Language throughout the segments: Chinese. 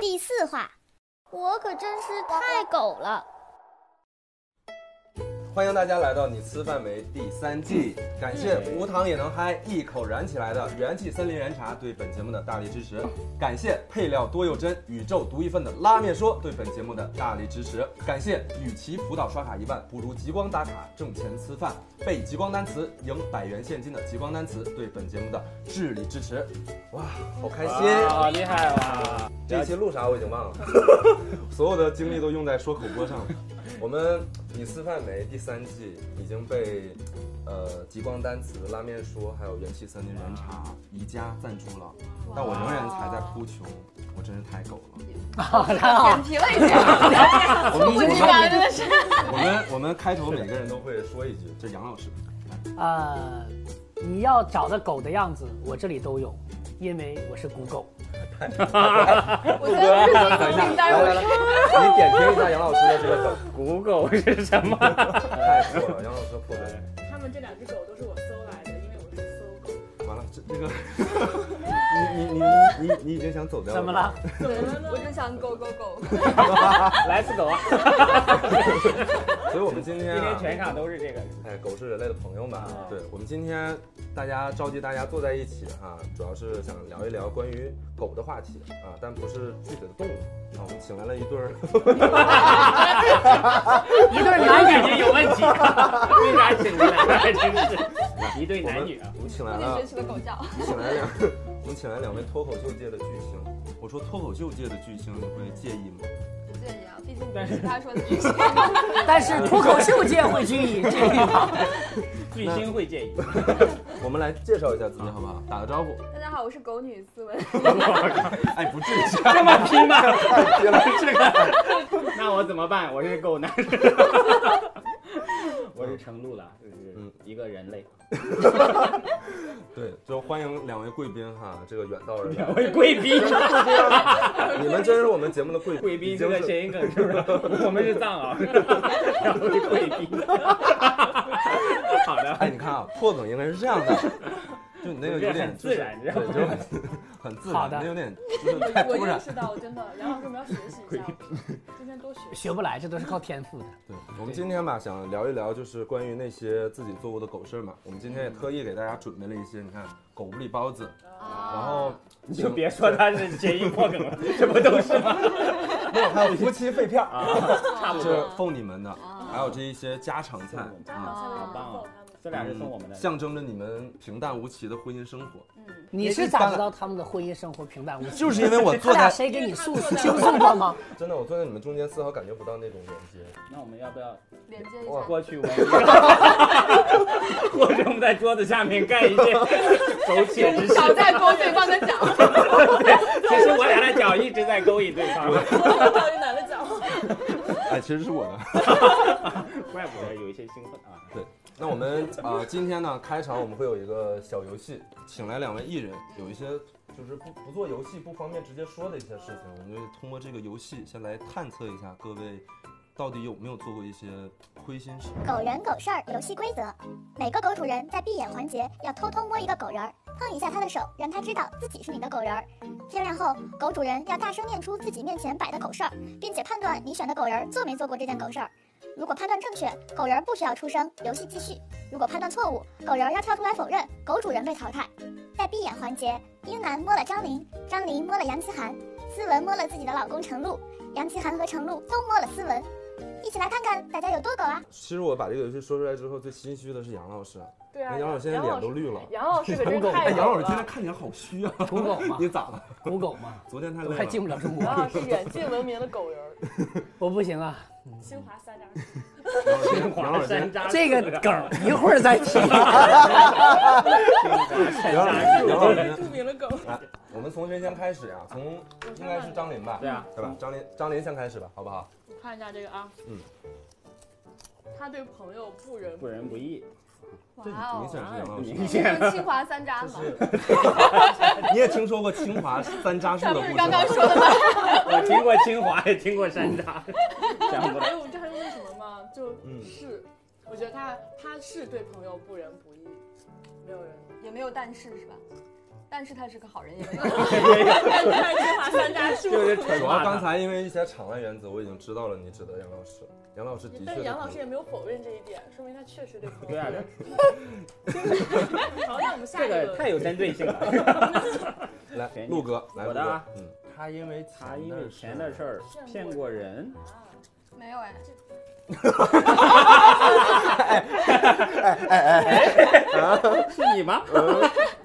第四话，我可真是太狗了。欢迎大家来到《你吃饭没》第三季，感谢无糖也能嗨，一口燃起来的元气森林燃茶对本节目的大力支持，感谢配料多又真、宇宙独一份的拉面说对本节目的大力支持，感谢与其辅导刷卡一万，不如极光打卡挣钱吃饭，背极光单词赢百元现金的极光单词对本节目的智力支持。哇，好开心！好厉害哇！这一期录啥我已经忘了， 所有的精力都用在说口播上了。 我们《你吃饭没》第三季已经被呃极光单词、拉面说还有元气森林人茶宜家赞助了，但我仍然还在哭穷，我真是太狗了。 点评了一下，我 们不知道真的是。我们我们开头每个人都会说一句，这杨老师，呃，你要找的狗的样子，我这里都有，因为我是古狗。我觉得这是 等一下，名单，来来我来，你点评一下杨老师的这个梗，古狗是什么？太破了，杨老师破梗。他们这两只狗都是我搜来的，因为我是搜狗。完了，这这个，你你你你你你已经想走掉了？怎么了？？怎么了呢我？只想狗狗狗。来自狗啊！所以我们今今天天啊，全场都是这个。哎，狗是人类的朋友嘛啊。对，我们今天大家召集大家坐在一起哈、主要是想聊一聊关于狗的话题啊，但不是具体的动物啊。我们请来了一 对儿，一对男感觉有问题，为啥请进来？真是一对我男们女啊！我们请来我得了学，起了狗叫。请来两， 我们请来两位脱口秀界的巨星。我说脱口秀界的巨星，你会介意吗？不介意啊，毕竟但不是是他 说的这些。但是脱口秀界会拘意，这巨星会介意。我们来介绍一下自己啊好不好？打个招呼。大家好，我是狗女思文。哎，不至于。这么拼吗？这个， 那我怎么办？我是狗男。 我是程璐了，就是一个人 类，对，就欢迎两位贵宾哈，这个远道而来两。位贵宾， 你们真是我们节目的贵贵宾已这经个是谐音梗是不是？我们是藏獒， 两位贵宾。好的，哎，你看啊，破梗应该是这样的， 就你那个有点就是很自然就是你知对，就很很 自好然，的那有点 就是太我突然意。识到，真的，杨老师，我们要学习一下，今天多学习。学不来，这都是靠天赋的。对，我们今天吧，想聊一聊就是关于那些自己做过的狗事儿嘛。我们今天也特意给大家准备了一些，你看狗不理包子，啊然后你就别说它是谐音破梗 了，这不都是吗？没有还有夫妻肺片儿，啊 差不就多。是奉你们的，还有这一些家常菜张老啊，师，好棒啊！这俩是送我们的，象征着你们平淡无奇的婚姻生活。 你是咋知道他们的婚姻生活平淡无奇？就是因为我他 坐俩在谁给你诉倾诉 过吗？真的，我坐在你们中间，丝毫感觉不到那种连接。那我们要不要连接一哇下。过去闻一下， 或者我们在桌子下面干一 些苟且之事。少在勾对方的脚， 其实我俩的脚一直在勾引对方，到底哪个脚？哎，其实是我的。 怪不得有一些兴奋啊。对，那我们呃今天呢开场我们会有一个小游戏，请来两位艺人，有一些就是不不做游戏不方便直接说的一些事情，我们就通过这个游戏先来探测一下各位到底有没有做过一些亏心事。狗人狗事儿游戏规则：每个狗主人在闭眼环节要偷偷摸一个狗人儿，碰一下他的手，让他知道自己是你的狗人儿。天亮后，狗主人要大声念出自己面前摆的狗事儿，并且判断你选的狗人儿做没做过这件狗事儿。如果判断正确，狗人儿不需要出声，游戏继续；如果判断错误，狗人儿要跳出来否认，狗主人被淘汰。在闭眼环节，英男摸了张琳，张琳摸了杨奇涵，思文摸了自己的老公程璐，杨奇涵和程璐都摸了思文。一起来看看大家有多狗啊！其实我把这个游戏说出来之后，最心虚的是杨老师，对啊，那杨老师现在脸都师。绿了。杨老师可真 是哎，太杨狗老师今天了。看起来好虚啊！古狗嘛， 你咋了？古狗嘛，昨天太都累快了。进不了中杨国。老 师远近闻名的狗人儿，我不行啊，清华三大杨老华师今 天杨老师今山天楂这个梗一会儿再 提。杨老师 杨老师今天著名的狗。我们从谁先开始呀、从应该是张琳吧？对啊对吧？张琳，张琳先开始吧，好不好？我看一下这个啊，嗯，他对朋友不仁 不仁不义，哇这明显！是杨哦老师。明显就是清 华三渣嘛，你也听说过清华三楂树的故事吗？刚刚说的嘛。我听过清华，也听过山楂， 想不还到。有这还用为什么吗？就嗯是，我觉得他他是对朋友不仁不义，没有人也没有但是是吧？但是他是个好人，也没 有。开始画山 楂树。 就是蠢主要话刚呢。才因为一些场外原则，我已经知道了你指的杨老师。杨老师的确，但是杨老师也没有否认这一点，说明他确实对朋友。对啊，啊好，那我们下这一个个太有针对性了。 来便宜陆哥，来陆我的哥啊，嗯，他因为他因为钱的事儿骗过人，啊，没有哎，是你吗？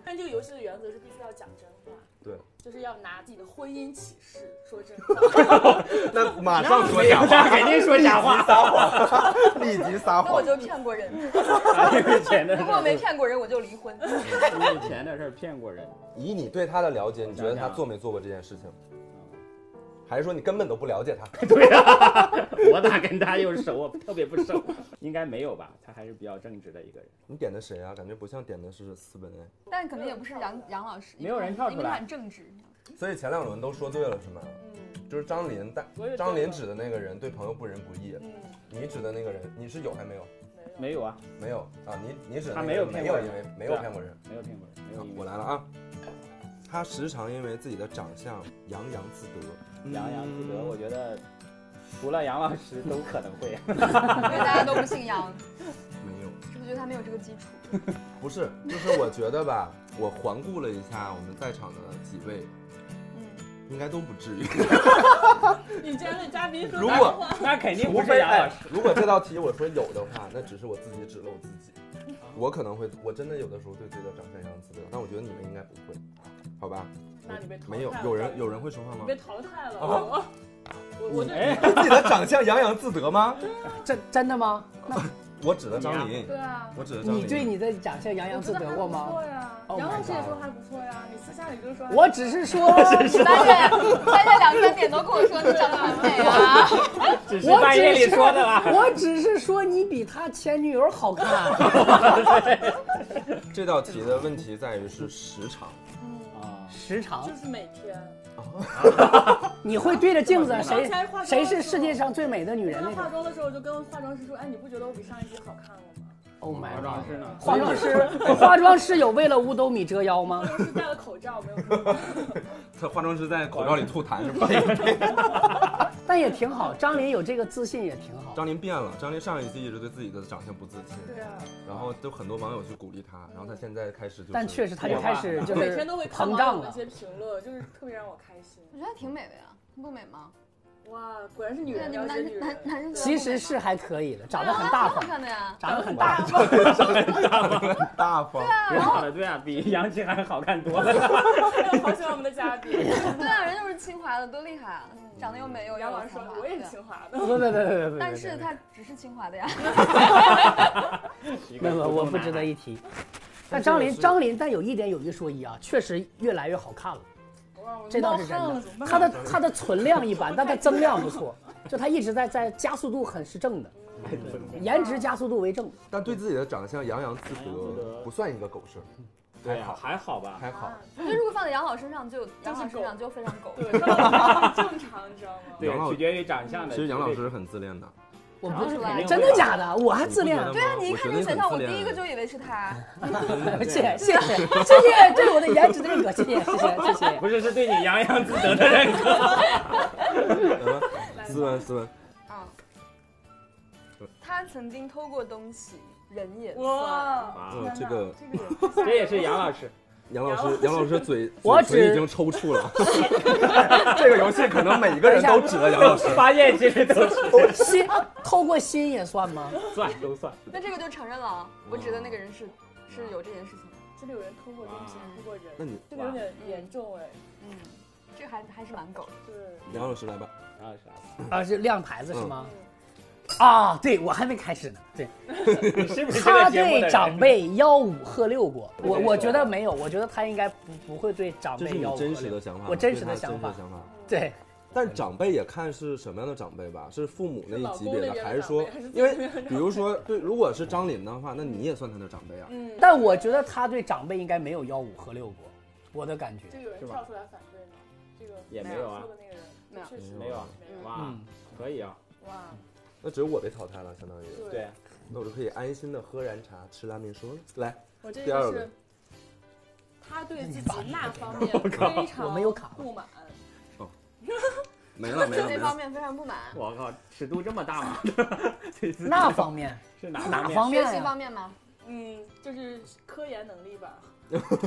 但这个游戏的原则是必须要讲真话。对，就是要拿自己的婚姻启示说真 话。那马上说假话，那肯定说假话。立即撒那我谎。就骗过 人。他因为钱的事 儿，如果我没骗过人，我就离婚。因为钱的事儿骗过人。 以你对他的了解，你觉得他做没做过这件事情？还是说你根本都不了解他？对啊，我哪跟他又熟？我特别不熟，应该没有吧？他还是比较正直的一个人。你点的谁啊？感觉不像点的是斯哎本恩。但肯定也不是 杨杨老师，没有人跳出来因为他很正直。所以前两轮都说对了是吗？嗯就是张琳，但我也觉得张琳指的那个人对朋友不仁不义，嗯，你指的那个人你是有还没有？没有啊，没有啊，你你指的他那个没有人骗没有过因人为没有对啊骗过人。没有骗过人，没有因为我来了啊！他时常因为自己的长相洋洋自得，嗯洋洋自嗯得，我觉得除了杨老师都可能 会。因为大家都不姓杨，没有，是不是觉得他没有这个基础？不是，就是我觉得吧，我环顾了一下我们在场的几位， 嗯，应该都不至于。你竟然对嘉宾说如真果话，那肯 定除不是非杨老哎师。，如果这道题我说有的话，那只是我自己指露自己。啊 我可能会，我真的有的时候对自己的长相洋洋自得，但我觉得你们应该不会，好吧？那你被淘汰了没有，有人有人会说话你吗？被淘汰了。哦 我我我对哎，自己的长相洋洋自得吗？真真的吗？我指的张琳，对啊，我指的张琳。你对你的长相洋洋自得过吗？我觉得还不错呀，Oh my 杨老师也说还不错呀，你私下里就说还不错。我只是说， 我你半夜半夜两三点都跟我说你长得很美啊， 只是我半夜只里是说的啦。只是说你比他前女友好 看。这道题的问题在于是时长。啊，时常嗯就是每天。你会对着镜子，刚谁才化妆的时候谁是世界？上最美的女人刚那才化个妆的时候我就跟化妆师说，哎，你不觉得我比上一集好看了吗？ ？Oh my 化 god！妆师呢？化妆师，化妆师有为了五斗米折腰化吗？妆师戴了口罩没有说？ 他化妆师在口罩里吐 痰是吧？但也挺好，张琳有这个自信也挺好。张琳变了，张琳上一季一直对自己的长相不自信，对 啊，然后都很多网友去鼓励她，然后她现在开始就是，但确实实，她就开始就每是天都会看膨网胀友那了。些评论，就是特别让我开心。我觉得她挺美的呀，不美吗？哇，果然是女对啊，人你了们解女男生男人。男生觉得其不美实吗是还可以的，长得很大挺好方，看的呀，长得很大方。 大方，挺好的，对啊，比杨奇还好看多 了。好喜欢我们的嘉宾，对啊，人家就是清华的，多厉害啊，长得又美又杨老师才说华，我也对是啊清华的。不不不不不不，但是他只是清华的呀，那个我不值得一提。但张琳，张琳，但有一点有一说一啊，确实越来越好看了。 哇，我这倒是真冒汗的了怎么办她的她的存量一般，但她增量不错，就她一直在在加速度很是正的，啊颜值加速度为正。但对自己的长相洋洋自洋洋自得得不算一个狗事儿，对还啊，好还好吧。还好。就如果放在杨老身上就杨是老身狗上就非常狗，对，他老师很正常，你知道吗？对杨，老取决于长相的。其实杨老师是很自恋的，我不是吧真的假的？我还你不自恋觉得吗，啊对啊，你一看这我觉得选你项，我很自第恋啊一个就以为是他，谢对谢谢谢谢谢对我的颜值的认可，谢谢谢谢谢谢。哎不是是对你洋洋自得的认可。嗯斯文斯文，啊对，他曾经偷过东西，人也算，哇，嗯，这个这 个也这也是杨老师，杨老师，杨老师嘴 我嘴唇只已经抽搐了。 这个游戏可能每个人都指了杨老师， 发现其实都心偷过心也算吗？算都算。那这个就承认了啊，我指的那个人是是有这件事情的，这里有人偷过东西，偷过那人，你这个有点严重哎。嗯，这个还还是蛮狗的，对，杨老师来吧，杨老师啊，啊，是亮牌子是吗？嗯啊，对我还没开始呢。对，你是不是这他个节目的对人长辈吆五喝六过，对我对我对觉得没有，我觉得他应该不不会对长这辈是你吆五喝真实六的。想法吗，我真实的这是他想法真实的想法。嗯对，但长辈也看是什么样的长辈吧，是父母那是一老级公别那的，边的还是长说辈还是，因为这边的比如说，对，如果是张琳的话，那你也算他的长辈啊。嗯，但我觉得他对长辈应该没有吆五喝六过，我的感觉。这个有人跳出来反对吗？这个也没有啊说的那个人，没有确嗯实没有啊没有哇嗯，，可以啊，哇，那只有我被淘汰了，相当于，对，对，那我就可以安心的喝燃茶、吃拉面说了。来，我这第二个个是，他对自己那方面非常我没有卡不满， 没了没了没这方了。面非常不满。我靠，尺度这么大 吗？嗯那方面 是哪哪面？方学面习呀？方面吗？嗯，就是科研能力吧。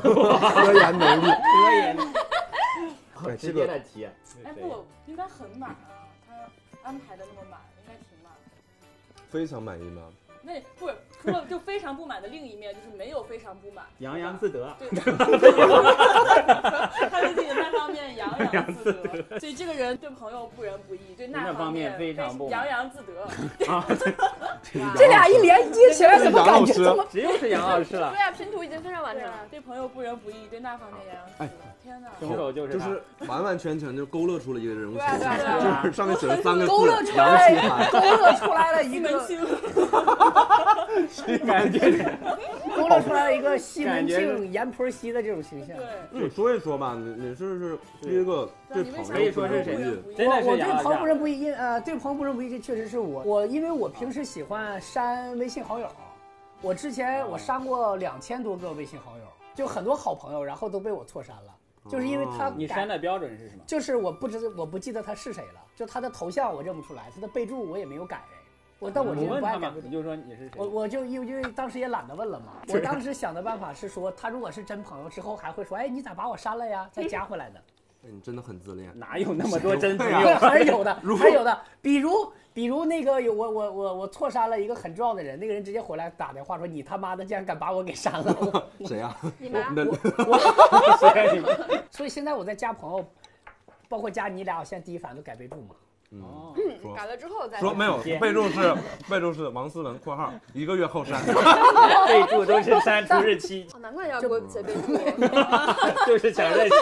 科研能力，科研对直这个接的题。哎不，应该很满啊，他安排的那么满，应该挺满。非常满意吗？那也不是除了就非常不满的另一面，就是没有非常不满，洋洋自得，对， 他对自己的那方面洋洋自得，所以这个人对朋友不仁不义，对那方方面非常不满洋洋自得。这俩一连接起来，怎么感觉这么？只有是杨老师了对。啊，拼图已经非常完对整啊了。，对朋友不仁不义，对那方面洋洋哎自得。天哪！ 凶手就是就他是完完全全就勾勒出了一个人物形对啊对啊对象，啊就是上面写了三个字勾勒出杨来奇涵。勾勒出来 了一西个门 庆，感觉勾勒出来了一个西门感觉是庆、阎婆惜的这种形象。对，你说一说吧，你你是不是第一个对朋友可以说是谁不仁对啊不义真的我是对杨老师朋友啊不。仁不义，因呃，对朋友不仁不义，这确实是我我，因为我平时喜欢删微信好友，我之前啊我删过两千多个微信好友，就很多好朋友，然后都被我错删了，就是因为他哦你改删的标准是什么？就是我不知我不记得他是谁了，就他的头像我认不出来，他的备注我也没有改，我但我啊你这人问不他爱嘛改，你就说你是谁。我我就因为因为当时也懒得问了嘛， 我当时想的办法是说，他如果是真朋友，之后还会说，哎，你咋把我删了呀？再加回来的，哎你真的很自恋。哪有那么多真朋哎友？对， 还是有的，如还是有的。比如比如那个有我我我我错杀了一个很重要的人，那个人直接回来打电话说，你他妈的竟然敢把我给删 了！谁啊呀？你妈你，的所以现在我在加朋友，包括加你俩，我现在第一反应都改备注嘛。嗯，哦，说改了之后再说没有直接备注是备注是王思文（括号一个月后 删备注都是删除日期， 哦，难怪要给我 写备注。就是强认识。）。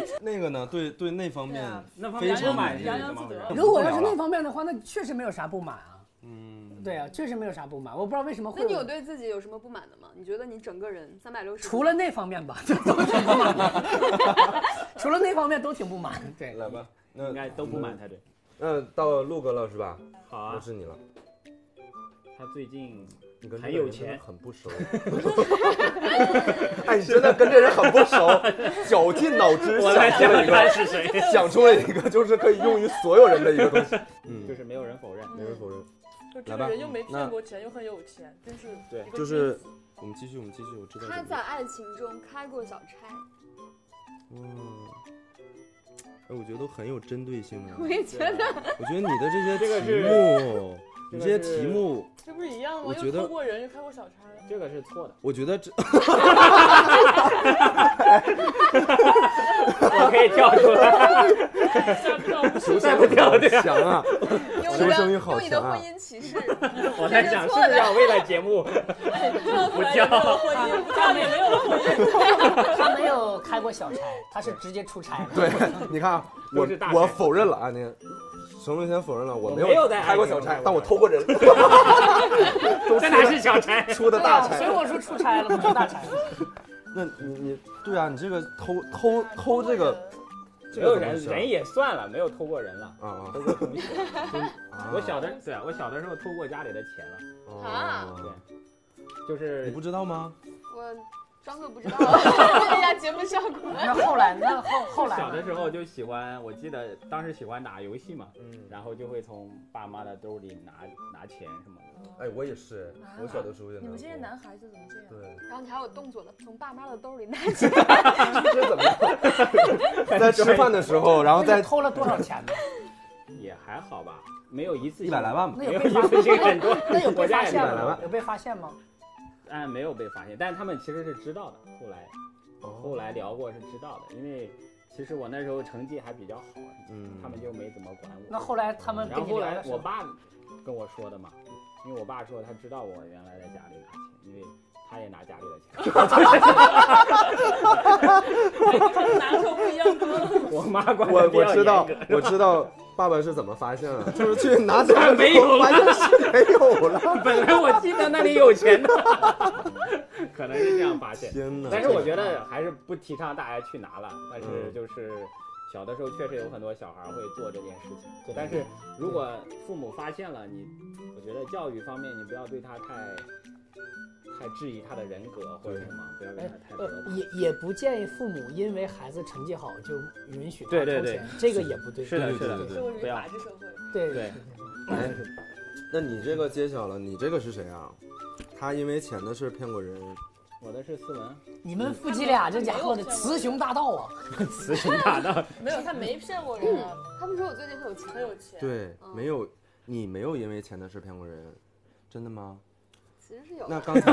那个呢？对对，那方面对啊 那方非面常满满意。意，洋洋自得怎么如果不啊要是聊那了方面的话，那确实没有啥不满啊。嗯，对啊，确实没有啥不满。我不知道为什么 会那你有对自己有什么不满的吗？你觉得你整个人三百六十？除了那方面吧， 都挺不满的。 除了那方面都挺不满。对，来吧。那嗯应该都不满。才对。那到陆哥了是吧？好又啊，是你了。他最近你很跟这个有人真的钱很不熟。哎，你真的跟这人很不熟，绞尽脑汁我来想出想了一他个，是谁，想出了一个就是可以用于所有人的一个东西。 就嗯，是没有人否认。没人否认。就这来吧个人又没骗过钱，又很有钱，真是对一个就是君子我们继续，我们继续，我知道。他在爱情中开过小差， 嗯，哎，我觉得都很有针对性 啊。我也觉得我觉得你的这些这个题是 目，你这个这些是题目，这不是一样吗？我觉又得偷过人，又开过小差， 这个是错的。 我觉得这我可以跳出来，吓不到我求再生哎不跳欲对好 啊强啊！用你求的生欲好用你的强婚啊！姻 启示，我在 想是不是要为了节目，跳出来也没有了婚姻，不跳也没有了婚姻。他没有开过小差，他是直接出差了。对，你看啊，都是大我神我否认了啊，那个程龙先否认了，我我没没有有在开过爱情小差中，但我偷过人，这哪是小柴？出的 对大哎啊，差所以。我说出差 了，不是大差。那你你对啊，你这个偷偷偷这个这没有个怎么回人，事人也算了，没有偷过人了。啊啊偷过同学，啊！我小的对啊，我小的时候偷过家里的钱了，啊啊，对，就你是不知道吗？我装作不知道， 看一下节目效果。那后来，那后后来小的呢，时候就喜欢，我记得当时喜欢打游戏嘛，嗯，然后就会从爸妈的兜里拿拿钱什么的，哎，我也是，我小的时候也 啊你们这些拿男孩子怎么这样？过。对，然后你还有动作呢，从爸妈的兜里拿起。 这怎么样？ 在吃饭的时哦候，然后那在你偷了多 少钱呢？也还好吧，没有一次性一百来，万吧那。没有有被发一次性很多，那有被我发家也现没有 100来吗万？有被发现吗？但没有被发现，但他们其实是知道的，后来后来聊过是知道的，因为其实我那时候成绩还比较好，嗯他们就没怎么管我。那后来他们然跟后你后聊来的时我候，爸跟我说的嘛，因为我爸说他知道我原来在家里拿钱，因为他也拿家里的钱。拿手不一样多了， 我妈管我得比我较知道严格 我知道爸爸是怎么发现了，就是去拿钱的时候没有了发现是没有 了。本来我记得那里有钱的， 可能是这样发现。天哪！但是我觉这得个还是不提倡大家去拿了，但是嗯就是。小的时候确实有很多小孩会做这件事情，但是如果父母发现了你，我觉得教育方面你不要对他太太质疑他的人格或者什么，不要给他太多呃的。，也也不建议父母因为孩子成绩好就允许他对对掏对钱，这个也不对。是的，对是的对，社会主不义要法治社会，对对哎，那你这个揭晓了，你这个是谁啊？他因为钱的事骗过人，我的是思 文，你们夫妻俩这家伙的雌雄大盗 啊！雌雄大盗，没有他没骗过人啊，他们说我最近很有钱，很有钱。对，嗯没有，你没有因为钱的事骗过人，真的吗？其实是有那的。刚才，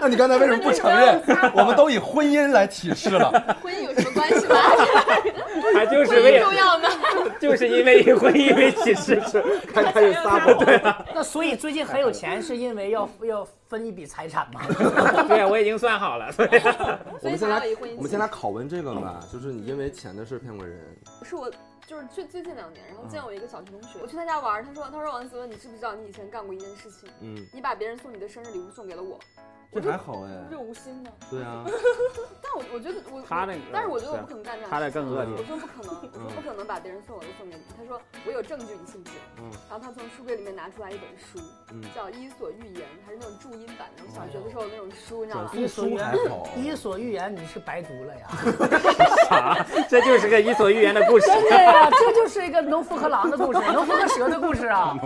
那你刚才为什么不承认？我们都以婚姻来提示 了，婚姻有什么关 系吗？他就是婚为姻重要吗？就是因为已 婚因为歧视，开开始撒谎。那所以最近很有钱，是因为要要分一笔财产 吗？对，我已经算好了。 我们先所来以才有一婚姻，我们先来拷问这个吧，就是你因为钱的事骗过人，是我就是最最近两年，然后嗯见我一个小学同学，我去他家玩儿，他说他说王思文，你知不知道你以前干过一件事情？嗯，你把别人送你的生日礼物送给了我，这还好哎这，无 心呢，对啊，但我我觉得我他那个但是我觉得我不可能干这样的事情。他的更恶我劣，嗯说不可能，我说不可能把别人送我的送给你。他说我有证据，你信不信？嗯然后他从书柜里面拿出来一本书，嗯叫《伊索寓言》，还是那种注音版的，我小学的时候那种书，你知道吧？伊索寓书还言，好，伊索寓言你是白读了 呀？啥？这就是个伊索寓言的故事。真的呀，这就是一个农夫和狼 的故事，农夫和蛇的故事啊！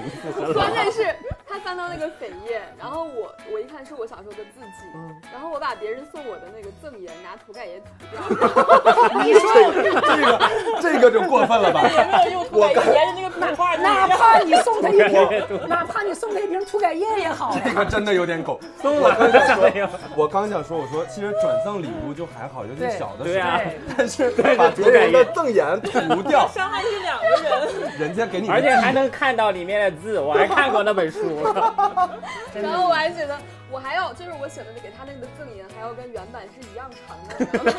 关键是他翻到那个扉页，然后我我一看是我小时候的字迹，嗯然后我把别人送我的那个赠言拿涂改液涂掉了，你说，这个这个就过分了吧？有没有用涂改沿着那个笔画那哪怕你送他一 瓶，哪怕你送他一瓶涂改液也好呀。这个真的有 点狗。送了，没有。我刚想说，我说其实转赠礼物就还好，尤其是小的时候，对啊但是把别人的赠言涂掉，伤害是两个人。人家给 你，而且还能看到里面的字，我还看过那本 书。 然后我还觉得我还要就是我写的给他那个赠言还要跟原版是一样长 的，然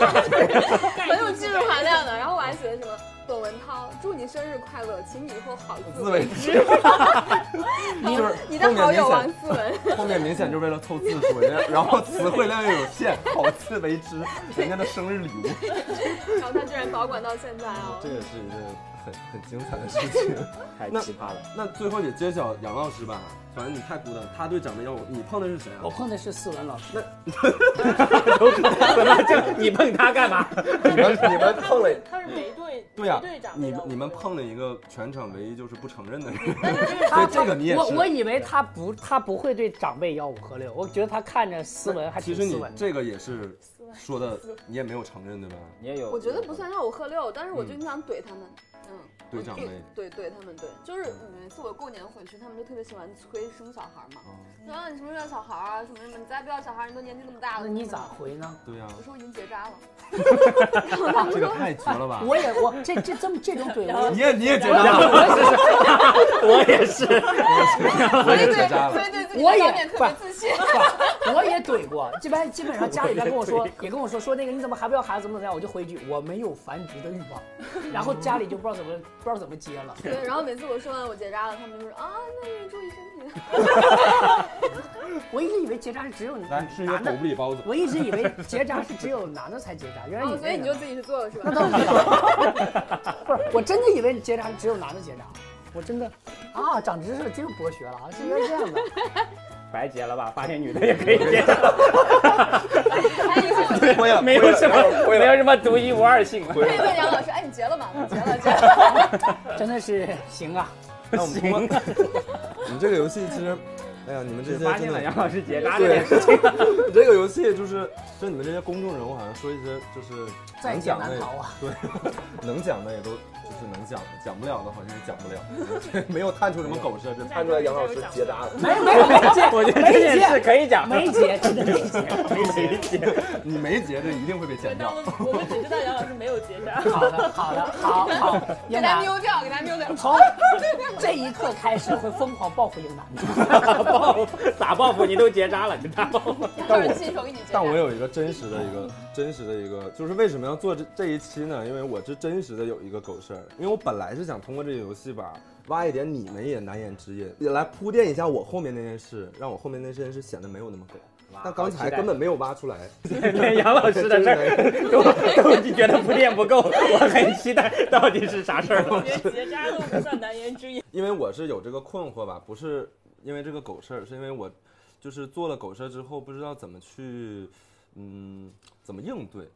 后 很有技术含量的。然后我还写的什么董文涛，祝你生日快乐，请你以后好自自为 为之，就是你后的面好明友王显思文，啊后面明显就是为了凑字数，人家然后词汇量又有限，好自为之，人家的生日礼物，然后他居然保管到现在 哦这。也是一个很很精彩的事情。太那奇葩了， 那最后也揭晓杨老师吧，反正你太孤单了，他对长辈要我，你碰的是谁啊我？碰的是思文老师，怎么就你碰他干嘛？你们你们碰了，他是没对， 对呀、没队长，你们你们，碰了一个全场唯一就是不承认的人，所他以这个你也我是我以为他不他不会对长辈吆五喝六，我觉得他看着斯文还其挺实斯你文的。这个也是说的，你也没有承认对吧？ 你也有，我觉得不算让我喝六，但是我就经常怼他们，嗯，怼我长辈对对他们对，就是每次我过年回去，他们就特别喜欢催生小孩哦嘛，嗯说啊你什么时候要小孩啊，什么什么，你再不要小孩，你都年纪那么大了，那你咋？回呢？对呀、啊我说我已经结扎了，这个太绝了吧！我也我这这这么这种怼我 你也你也啊结扎了，我也是， 我也结扎所了。以对自己我的也 方面特别自信。我也怼过，基本基本上家里边跟 我说，也跟我说说那个你怎么还不要孩子，怎么怎么样，我就回一句我没有繁殖的欲 望，然后家里就不知道怎么不知道怎么接了。对，然后每次我说完我结扎了，他们就说啊，那你注意身体。我一直以为结扎是只有来吃一个男狗的，不理包子，我一直以为结扎是只有男的才结扎，原来哦，你所以这你个就自己去做了是吧？ 不是，我真的以为结扎是只有男的结扎，我真的啊长知识了，真博学了啊，是原来这样的。白结了吧？发现女的也可以结扎，哎，以后我 也没有什么，啊没有什么独一无二性。可 以问杨老师，哎，你结了吗？我结了，结了。 真的是行啊！那我们通过 你这个游戏其实，哎呀，你们这只些发真现了的啊杨，老师结扎这对件事，，你 这个游戏就是，就你们这些公众人物好像说一些就是在能劫讲难的逃啊！对，能讲的也都就是能讲，讲不了的好像也讲不了，没有探出什么狗舌，这看出来杨老师结扎了。 没有没有没有结，我觉得这件事可以讲，没结，真的没结。没 结，你没结这一定会被剪掉。我们只知道杨老师没有结 扎。好的好的好好，给英他男瞄掉，给他瞄 掉。从这一刻开始会疯狂报复英男的。报复咋报复？你都结扎了，你咋报复？杨老师亲手给你结扎。但我有一个真实的一个真实的一个，就是为什么要做这这一期呢？因为我是真实的有一个狗事儿，因为我本来是想通过这个游戏吧，挖一点你们也难言之隐，也来铺垫一下我后面那件事，让我后面那件事显得没有那么狗。啊但刚才根本没有挖出来， 连杨老师的事 儿都都觉得铺垫不够，我很期待到底是啥事儿了。连结扎都 不算难言之隐，因为我是有这个困惑吧，不是因为这个狗事儿，是因为我就是做了狗舍之后，不知道怎么去，嗯，怎么应对，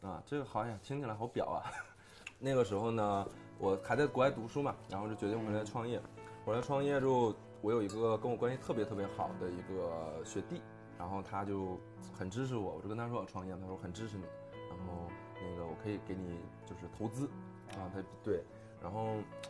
啊，这个好像听起来好表啊。 那个时候呢，我还在国外读书嘛，然后就决定回来创业。回来创业之后，我有一个跟我关系特别特别好的一个学弟，然后他就很支持我，我就跟他说我创业，他说很支持你，然后那个我可以给你就是投资，啊，他对，然后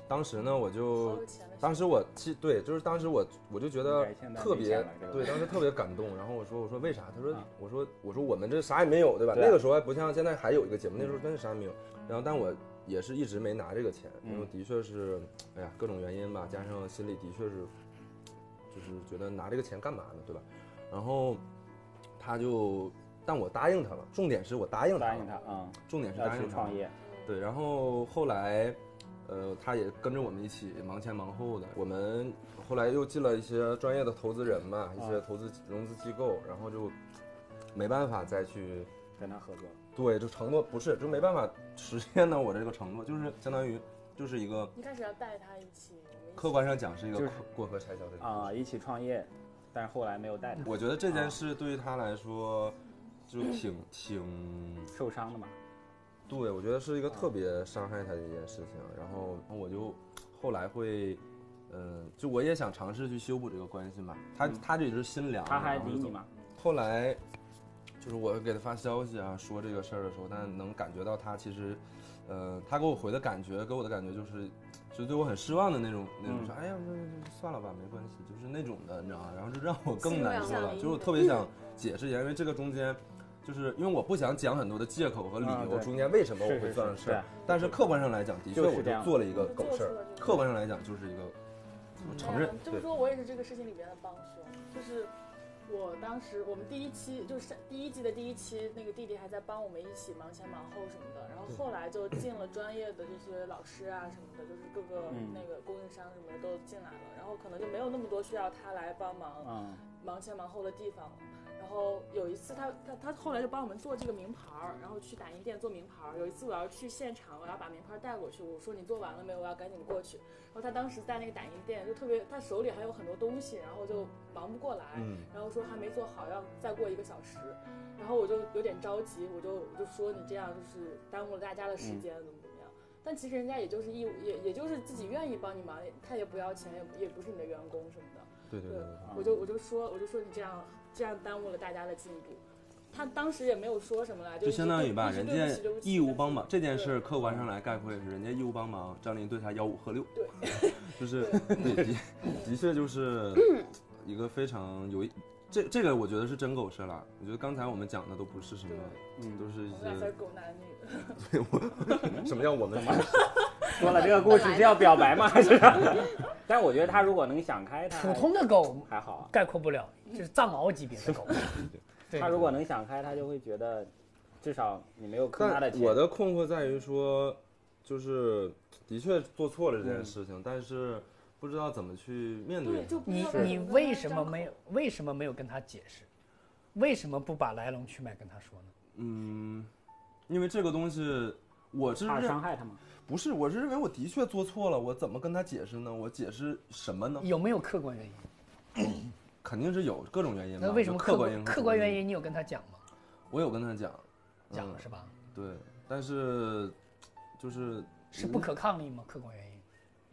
当时呢我好就有钱的当时我其对，就是当时我我就觉得该欠的特没别欠了这个对，当时特别感动。然后我说我说为啥？他说啊我说我说我们这啥也没有，对吧？对啊嗯那个时候还不像现在还有一个节目，那时候真是啥也没有。然后但我也是一直没拿这个钱，因为嗯的确是哎呀各种原因吧，加上心里的确是就是觉得拿这个钱干嘛呢，对吧？然后他就但我答应他了，重点是我答应他了，答应他啊，重点是要答应去他创了业，对，然后后来，呃，他也跟着我们一起忙前忙后的。我们后来又进了一些专业的投资人嘛，一啊些投资融资机构，然后就没办法再去跟他合作，对，就承诺不是，就没办法实现呢我这个承诺，就是相当于就是一个你开始要带他一起，我们一起客观上讲是一个就是过河拆桥的一个啊、一起创业，但是后来没有带他，我觉得这啊件事对于他来说，就挺挺受伤了嘛，对，我觉得是一个嗯特别伤害他的一件事情。然后我就后来会，嗯、就我也想尝试去修补这个关系嘛。他他这也是心凉，嗯他还然后理就你走嘛？后来就是我给他发消息啊，说这个事儿的时候，但能感觉到他其实，呃，他给我回的感觉，给我的感觉就是，就对我很失望的那种那种嗯说，哎呀，那那算了吧，没关系，就是那种的，你知道吗？然后就让我更难受心了，软就是我特别想解释一下，因为这个中间。就是因为我不想讲很多的借口和理啊由，对中间为什么我是会是做的是事儿对，但是客观上来讲，的确就是这我就样做了一个狗事做出儿了。这个客观上来讲，就是一个，我承认哎呀这对么说，我也是这个事情里面的帮凶，就是我当时我们第一期就是第一季的第一期，那个弟弟还在帮我们一起忙前忙后什么的，然后后来就进了专业的这些老师啊什么的，就是各个嗯那个供应商什么的都进来了，然后可能就没有那么多需要他来帮忙嗯，忙前忙后的地方。然后有一次他，他他后来就帮我们做这个名牌儿，然后去打印店做名牌儿。有一次我要去现场，我要把名牌儿带过去，我说你做完了没有？我要赶紧过去。然后他当时在那个打印店就特别，他手里还有很多东西，然后就忙不过来，嗯然后说还没做好，要再过一个小时。然后我就有点着急，我就我就说你这样就是耽误了大家的时间，怎么怎么样。但其实人家也就是义务，也也就是自己愿意帮你忙，他也不要钱，也也不是你的员工什么的。对对对对对，嗯我就我就说我就说你这样这样耽误了大家的进步。他当时也没有说什么来，就相当于吧，一直人对家不起对不起义务帮忙这件对事，客观上来概括也是人家义务帮忙，张琳对他吆五喝六，对，就是对的，的确就是一个非常有意，这这个我觉得是真狗事了。我觉得刚才我们讲的都不是什么，嗯都是一我们俩才些是狗男女。什么叫我们说了这个故事是要表白吗？还是？ 但是我觉得他如果能想开，他普还通的狗还好啊。概括不了，就是藏獒级别的狗。对他如果能想开，他就会觉得，至少你没有坑他的但钱。我的困惑在于说，就是的确做错了这件事情，但是不知道怎么去面对对，。就不知你道该你怎跟为他什张么口没有？为什么没有跟他解释？为什么不把来龙去脉跟他说呢？嗯，因为这个东西，我是怕认伤害他吗？不是，我是认为我的确做错了，我怎么跟他解释呢？我解释什么呢？有没有客观原因？肯定是有各种原因吧。那为什么就客观观因？客观原？因你有跟他讲吗？我有跟他讲，讲了嗯是吧？对，但是就是是嗯不可抗力吗？客观原因。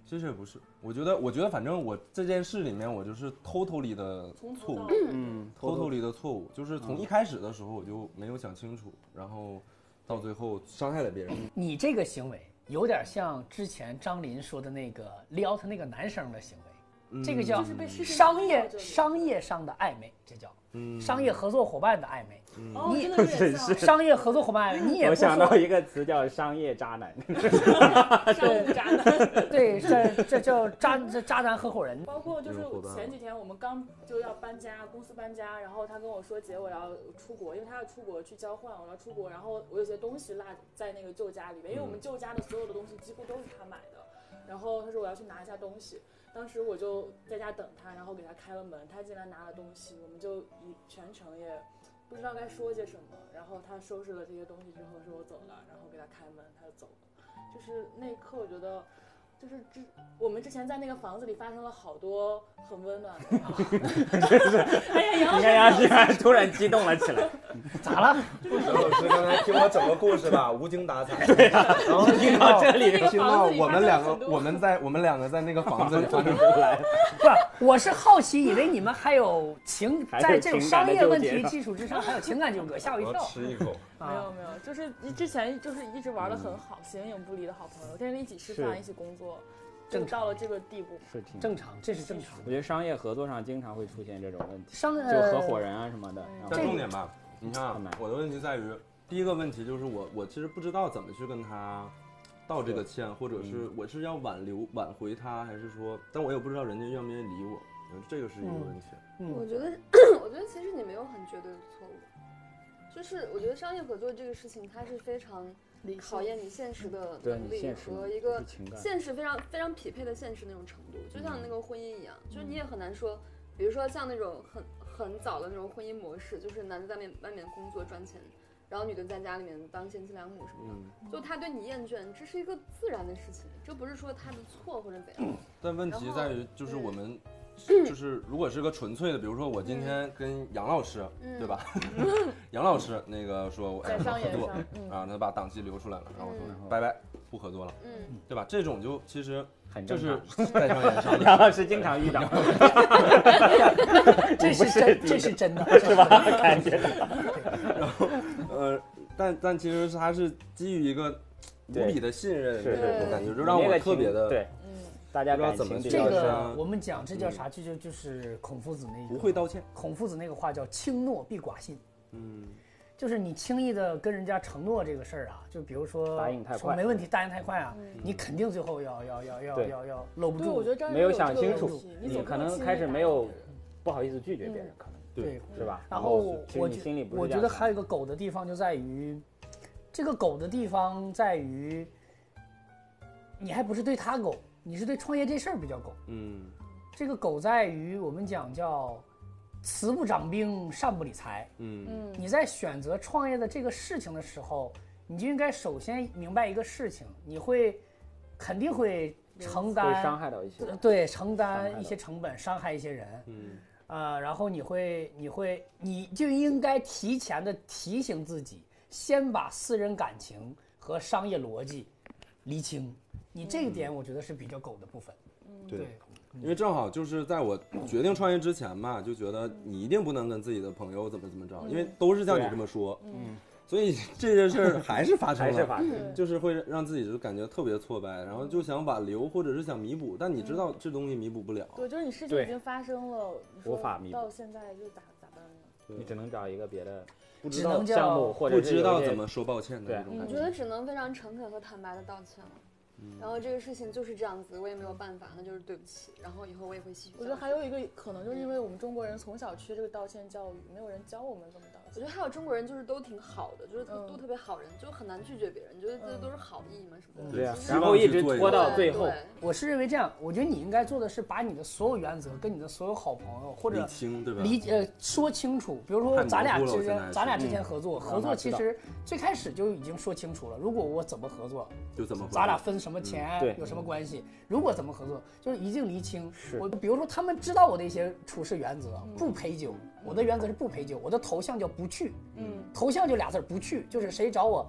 其实也不是。我觉得，我觉得反正我这件事里面，我就是偷偷里的从错头到误，尾嗯，偷偷里的错误，就是嗯从一开始的时候我就没有想清楚，然后到最后伤害了别人。你这个行为有点像之前张琳说的那个撩他那个男生的行为，嗯这个叫就是被事情商引业导着你商业上的暧昧，这叫嗯商业合作伙伴的暧昧。哦，你真的有点像商业合作伙伴暧昧，你也我不想到说一个词叫商业渣男，商务渣男。对，这这叫渣这渣男合伙人。包括就是有伙伴前几天我们刚就要搬家，公司搬家，然后他跟我说姐我要出国，因为他要出国去交换，我要出国，然后我有些东西落在那个旧家里面，因为我们旧家的所有的东西几乎都是他买的，然后他说我要去拿一下东西，当时我就在家等他，然后给他开了门，他进来拿了东西，我们就一全程也不知道该说些什么，然后他收拾了这些东西之后说我走了，然后给他开门，他就走了，就是那一刻我觉得。就是之我们之前在那个房子里发生了好多很温暖的。 你看哎呀，杨老师 杨欣然突然激动了起来，咋了？哦沈老师刚才听我整个故事吧，无精打采。然后听到这里那个听房到子里我发们生两了个很，多我们在我们两个在那个房 子里发不生出来，不是，我是好奇，以为你们还有情，还有在这种情感商的业问纠题结基础之上还有情感纠葛，吓我一我跳要吃一口，啊！没有没有，就是一之前就是一直玩的很好，形影不离的好朋友，天天一起吃嗯是饭，一起工作，就正常到了这个地步。是挺。正常，这是正常我觉得商业合作上经常会出现这种问题，商就合伙人人啊什么的。然但呃这重后点吧，你看啊很难，我的问题在于，第一个问题就是我我其实不知道怎么去跟他道这个歉，或者是我是要挽留挽回他，还是说，但我也不知道人家愿不愿意理我，嗯这个是一个问题。我觉得，我觉得其实你没有很绝对的错误，就是我觉得商业合作这个事情，它是非常考验你现实的对啊能你力现实和一个情感，嗯现实非常非常匹配的现实那种程度，就像那个婚姻一样，就是你也很难说，比如说像那种很很早的那种婚姻模式，就是男的在外面外面工作赚钱，然后女的在家里面当贤妻良母什么的，嗯，就他对你厌倦，这是一个自然的事情，这不是说他的错或者怎样。但问题在于，就是我们，就是如果是个纯粹的，比如说我今天跟杨老师，嗯对吧？杨老师那个说我哎在不商合言作上，嗯，啊，他把档期留出来了，然后我嗯说拜拜，不合作了，嗯，对吧？这种就其实很就正是常。 在商言商的。杨老师经常遇 到，呃这我不是是真，第一这个是真的，这是吧？感觉呃，但但其实是他是基于一个无对比的信任是的这种对感觉，就让我特别的对，嗯大家感情比这较这个个我们讲这叫啥？这就就是孔夫子那一嗯个不会道歉。孔夫子那个话叫“轻诺必寡信嗯，”，就是你轻易的跟人家承诺这个事儿啊，就比如说答应太快说没问题，答应太快啊，你肯定最后要要要要对要要搂不嗯对，我觉住。得张没有想清楚，你总可能开始没有不好意思拒绝别人，可能对，是吧？嗯然后其实我你心里觉不是我这觉样得想还有一个狗的地方就在于，这个狗的地方在于，你还不是对他狗，你是对创业这事儿比较狗。嗯，这个狗在于我们讲叫慈不掌兵，善不理财。嗯，嗯你在选择创业的这个事情的时候，你就应该首先明白一个事情，你会肯定会承会伤担害到一些人。对伤承害到担一些成本，伤害一些人，嗯，呃，然后你会你会你就应该提前的提醒自己，先把私人感情和商业逻辑厘清。你这一点嗯我觉得是比较狗的部分。对。因为正好就是在我决定创业之前嘛，就觉得你一定不能跟自己的朋友怎么怎么着，因为都是像你对啊这么说，嗯，所以这件事儿还是发生还了，是发生对就是会让自己就感觉特别挫败，然后就想挽留或者是想弥补，但你知道这东西弥补不了，对，就是你事情对已经发生了，你说无法弥补到现在就咋咋办呢？你只能找一个别的不嗯只知道能项叫目，或者不是有知一道些怎么说抱歉的对那种我感觉觉。得只能非常诚恳和坦白的道歉了。嗯然后这个事情就是这样子，我也没有办法，那就是对不起。然后以后我也会吸取。我觉得还，有一个可能，就是因为我们中国人从小缺这个道歉教育，没有人教我们怎么道我觉歉。得还有中国人就是都挺好的，就是特嗯都特别好人，就很难拒绝别人，觉得这都是好意嘛什么的。对啊其，实然希后望一去直做一拖个到最后对，对我是认为这样，我觉得你应该做的是把你的所有原则跟你的所有好朋友或理者清对吧？理解呃说清楚。比如说太模咱俩糊了我之现间，在咱俩是嗯之间合作，合让他作知其道实最开始就已经说清楚了。如果我怎么合作，就怎么回事咱俩分什么钱嗯，对有什么关系？如果怎么合作，就是一定厘清。是我比如说他们知道我的一些处事原则，嗯不陪酒。我的原则是不陪酒，我的头像叫不去。嗯，头像就俩字儿不去，就是谁找我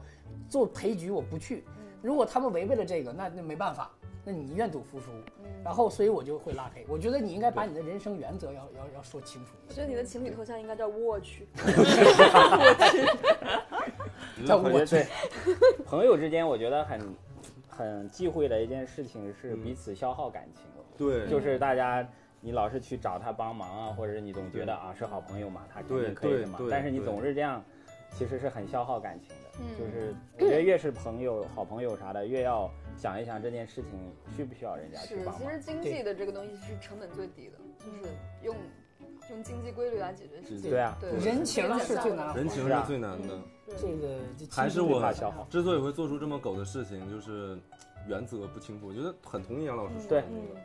做陪局我不去。嗯如果他们违背了这个，那那没办法，那你愿赌服输。嗯然后，所以我就会拉黑。我觉得你应该把你的人生原则要要要说清楚一我些。觉得你的情侣头像应该叫我去。叫我觉我得对朋友之间，我觉得很很忌讳的一件事情是嗯彼此消耗感情。对，嗯就是大家，你老是去找他帮忙啊，或者是你总觉得啊是好朋友嘛，他肯对定可以对的嘛对。但是你对总是这样，其实是很消耗感情的。嗯就是我觉得越是朋友、好朋友啥的，越要想一想这件事情需不需要人家去是，帮其忙实。经济的这个东西是成本最低的，就是用用经济规律来解决事情。对啊，对，人情是最难，人情是是啊最难的。这个这还是亲我怕消耗。之所以会做出这么狗的事情，就是原则不清楚。我觉得很同意杨老师嗯说的对那嗯个，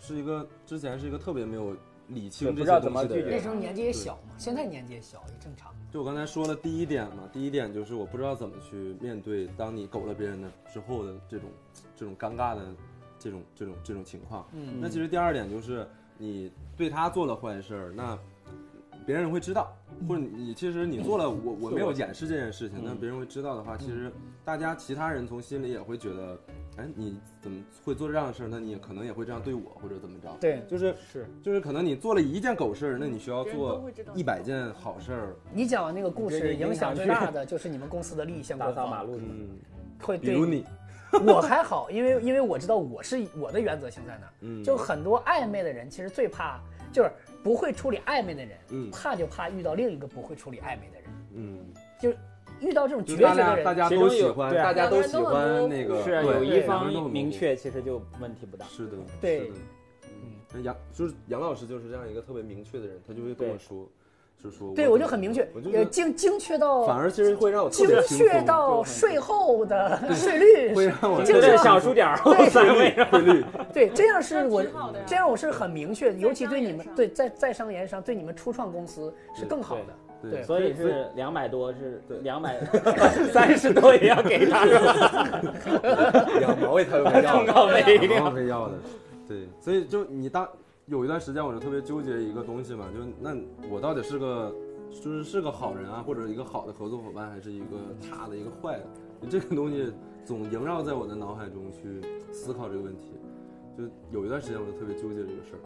是一个之前是一个特别没有理对清不这知道些怎东么西的拒绝那人时。候年纪也小嘛，现在年纪也小也正常。就我刚才说了第一点嘛，第一点就是我不知道怎么去面对，当你狗了别人的之后的这种这种尴尬的这种这种这种情况。嗯那其实第二点就是你对他做了坏事儿，那别人会知道，或者你其实你做了我我没有掩饰这件事情，那别人会知道的话，其实大家其他人从心里也会觉得，哎，你怎么会做这样的事儿？那你也可能也会这样对我，或者怎么着？对，就是是就是可能你做了一件狗事儿，那你需要别人都做会知道一百件好事儿。你讲的那个你故这事个影响影响最大的就是你们公司的利益相打关扫马方，路，嗯，会比对如你，我还好，因为因为我知道我是我的原则性在哪儿，嗯，就很多暧昧的人其实最怕就是不会处理暧昧的人，嗯怕就怕遇到另一个不会处理暧昧的人，嗯，遇到这种就决大绝家的大人，家其都中喜有欢，对啊大家两个都人喜都很模欢糊那个，是啊对有一两个方人都很明模糊确，其实就问题不大。是的，对是的嗯，杨就是杨老师就是这样一个特别明确的人，他就会跟我对说，就说对我就很明确我就，呃，觉得精精确反到而其实会让我特精别轻确松，到税后的税率会是，让我精这确个到小数点儿对三位，汇率，对，这样是我那挺好的呀这样我是很明确，尤其对你啊商言们商对在在商言商对你们初创公司是更好的， 对所以是两百多是对两百 三十多也要给他， 两毛也太有必 要通了，告费一两毛个。非要的，对，所以就你当有一段时间我就特别纠结一个东西嘛，就那我到底是个就是是个好人啊，或者一个好的合作伙伴，还是一个差的一个坏的，就这个东西总萦绕在我的脑海中去思考这个问题，就有一段时间我就特别纠结这个事儿，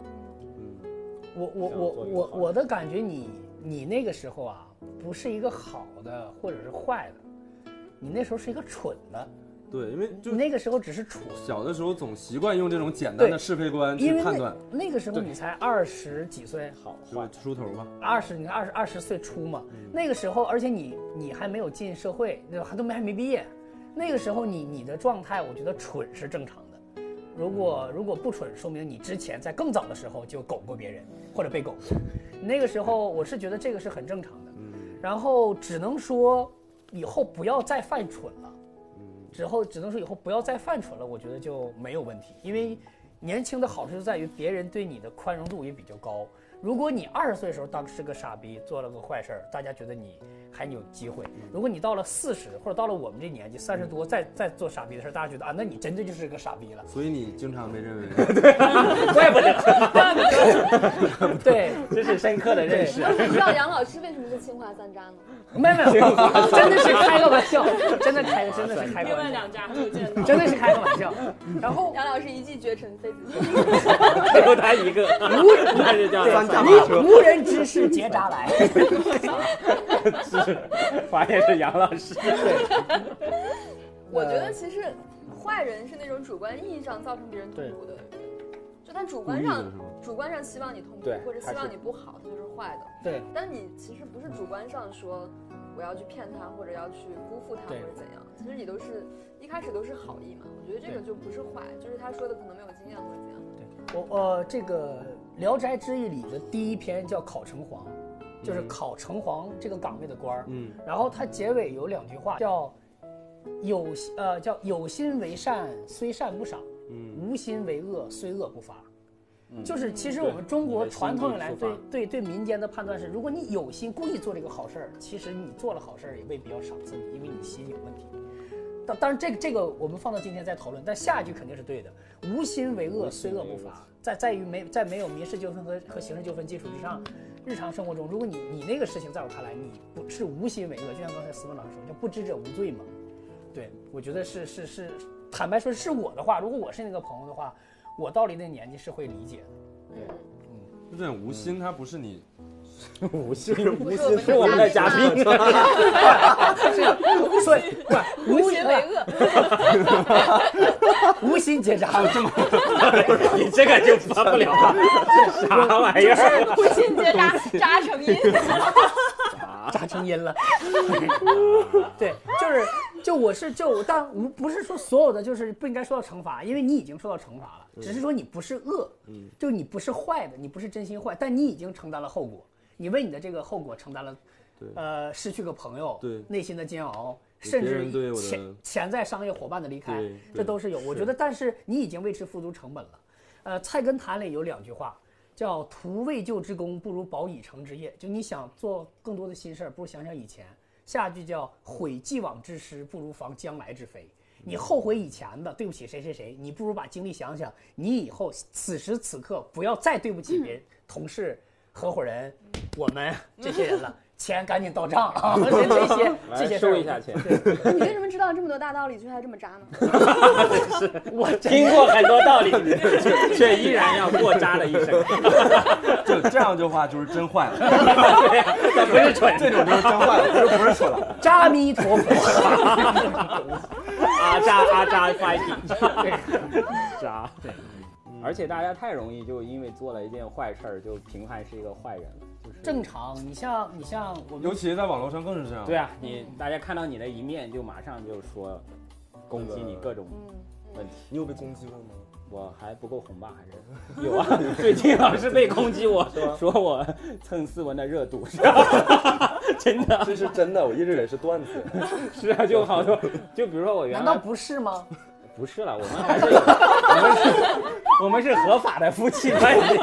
嗯，我我想我做一个我好人我的感觉你，你那个时候啊，不是一个好的或者是坏的，你那时候是一个蠢的，对，因为就你那个时候只是蠢，小的时候总习惯用这种简单的对是非观因去为判断，那那个时候你才二十几岁，好就是出头嘛。。二十你看二十二十岁初嘛，那个时候，而且你你还没有进社会，对吧？还都没还没毕业，那个时候你你的状态，我觉得蠢是正常的。如果如果不蠢，说明你之前在更早的时候就狗过别人或者被狗过。那个时候我是觉得这个是很正常的。然后只能说以后不要再犯蠢了，之后只能说以后不要再犯蠢了，我觉得就没有问题，因为年轻的好处就在于别人对你的宽容度也比较高。如果你二十岁的时候当是个傻逼，做了个坏事儿，大家觉得你还有机会；嗯如果你到了四十或者到了我们这年纪三十多，再再做傻逼的事儿，大家觉得啊，那你真的就是个傻 逼了所以你经常被 认为怪不得，对，这是深刻的认识。 我想知道杨老师为什么是清华三渣呢？ 没有没有，真的是开个玩笑，真的开，真的是开个另外玩 笑，两家还有见 到，真的是开个玩笑。然后杨老师一骑绝尘妃子笑。只有 他一个， 那就叫三驾马车，无无人知是结扎来， 是，发现是杨老师。我觉得其实坏人是那种主观意义上造成别人痛苦的，就他主观上故意的是吗主观上希望你痛苦对，或者他是希望你不好，他就是坏的。对，但你其实不是主观上说我要去骗他，或者要去辜负他，或对者怎样。其实你都是一开始都是好意嘛。我觉得这个就不是坏，就是他说的可能没有经验或者怎样。我呃，这个《聊斋志异》里的第一篇叫考城隍，就是嗯考城隍这个岗位的官儿。嗯然后它结尾有两句话，叫有呃叫有心为善虽善不赏，嗯无心为恶虽恶不罚。嗯就是其实我们中国传统以来对对对民间的判断是，如果你有心故意做这个好事儿，其实你做了好事儿也未必要赏赐你，因为你心有问题。当当然这个这个我们放到今天再讨论，但下一句肯定是对的，无心为恶虽恶不罚，在在于没在没有民事纠纷和和刑事纠纷基础之上，日常生活中，如果你你那个事情在我看来你不是无心为恶，就像刚才思文老师说，叫不知者无罪嘛。对，我觉得是是是，坦白说是我的话，如果我是那个朋友的话，我到了一定年纪是会理解的。嗯，就这种无心，它不是你无心无是我们是我们的嘉宾，所以不无无心为恶，无心结扎， 你这个就发不了了，这啥玩意儿？ 无心结扎，扎成 因。扎成阴了。 对，就是就我是就我，但无不是说所有的就是不应该受到惩罚，因为你已经受到惩罚嗯了，只是说你不是恶，就你不是坏的，你不是真心坏，但你已经承担了后果，你为你的这个后果承担了对，呃，失去个朋友，对内心的煎熬，对甚别人对至我的潜潜在商业伙伴的离开对，这对都是有。我觉得，但是你已经为之付出成本了。呃，《菜根谭》里有两句话，叫“图未就之功，不如保已成之业”。就你想做更多的新事儿，不如想想以前。下一句叫“悔既往之师，不如防将来之非”。你后悔以前的，对不起谁谁谁，你不如把精力想想，你以后此时此刻不要再对不起 别人、同事、合伙人，我们这些人了，钱赶紧到账 啊！这些这些来收一下钱。你为什么知道这么多大道理，却还这么渣呢？我真听过很多 道理，却却依然要过渣的一生，就这样的话就是真坏了， 他不是蠢这种就是真坏了， 这就不是蠢了。扎弥陀佛，阿渣阿渣 fighting，渣。对，而且大家太容易就因为做了一件坏事儿就评判是一个坏人了，就是正。常。你像你像我尤们其在网络上更是这样。对啊，你大家看到你的一面就马上就说攻击你各种嗯问题。你有被攻击过吗？我还不够红吧？还是 有啊？最近老是被攻击我，说我蹭斯文的热度， 真的这是真的，我一直以为是段子。是啊，就 好多，就比如说我原难道来不是吗？不是了，我们还是我们是我们是合法的夫妻关 系，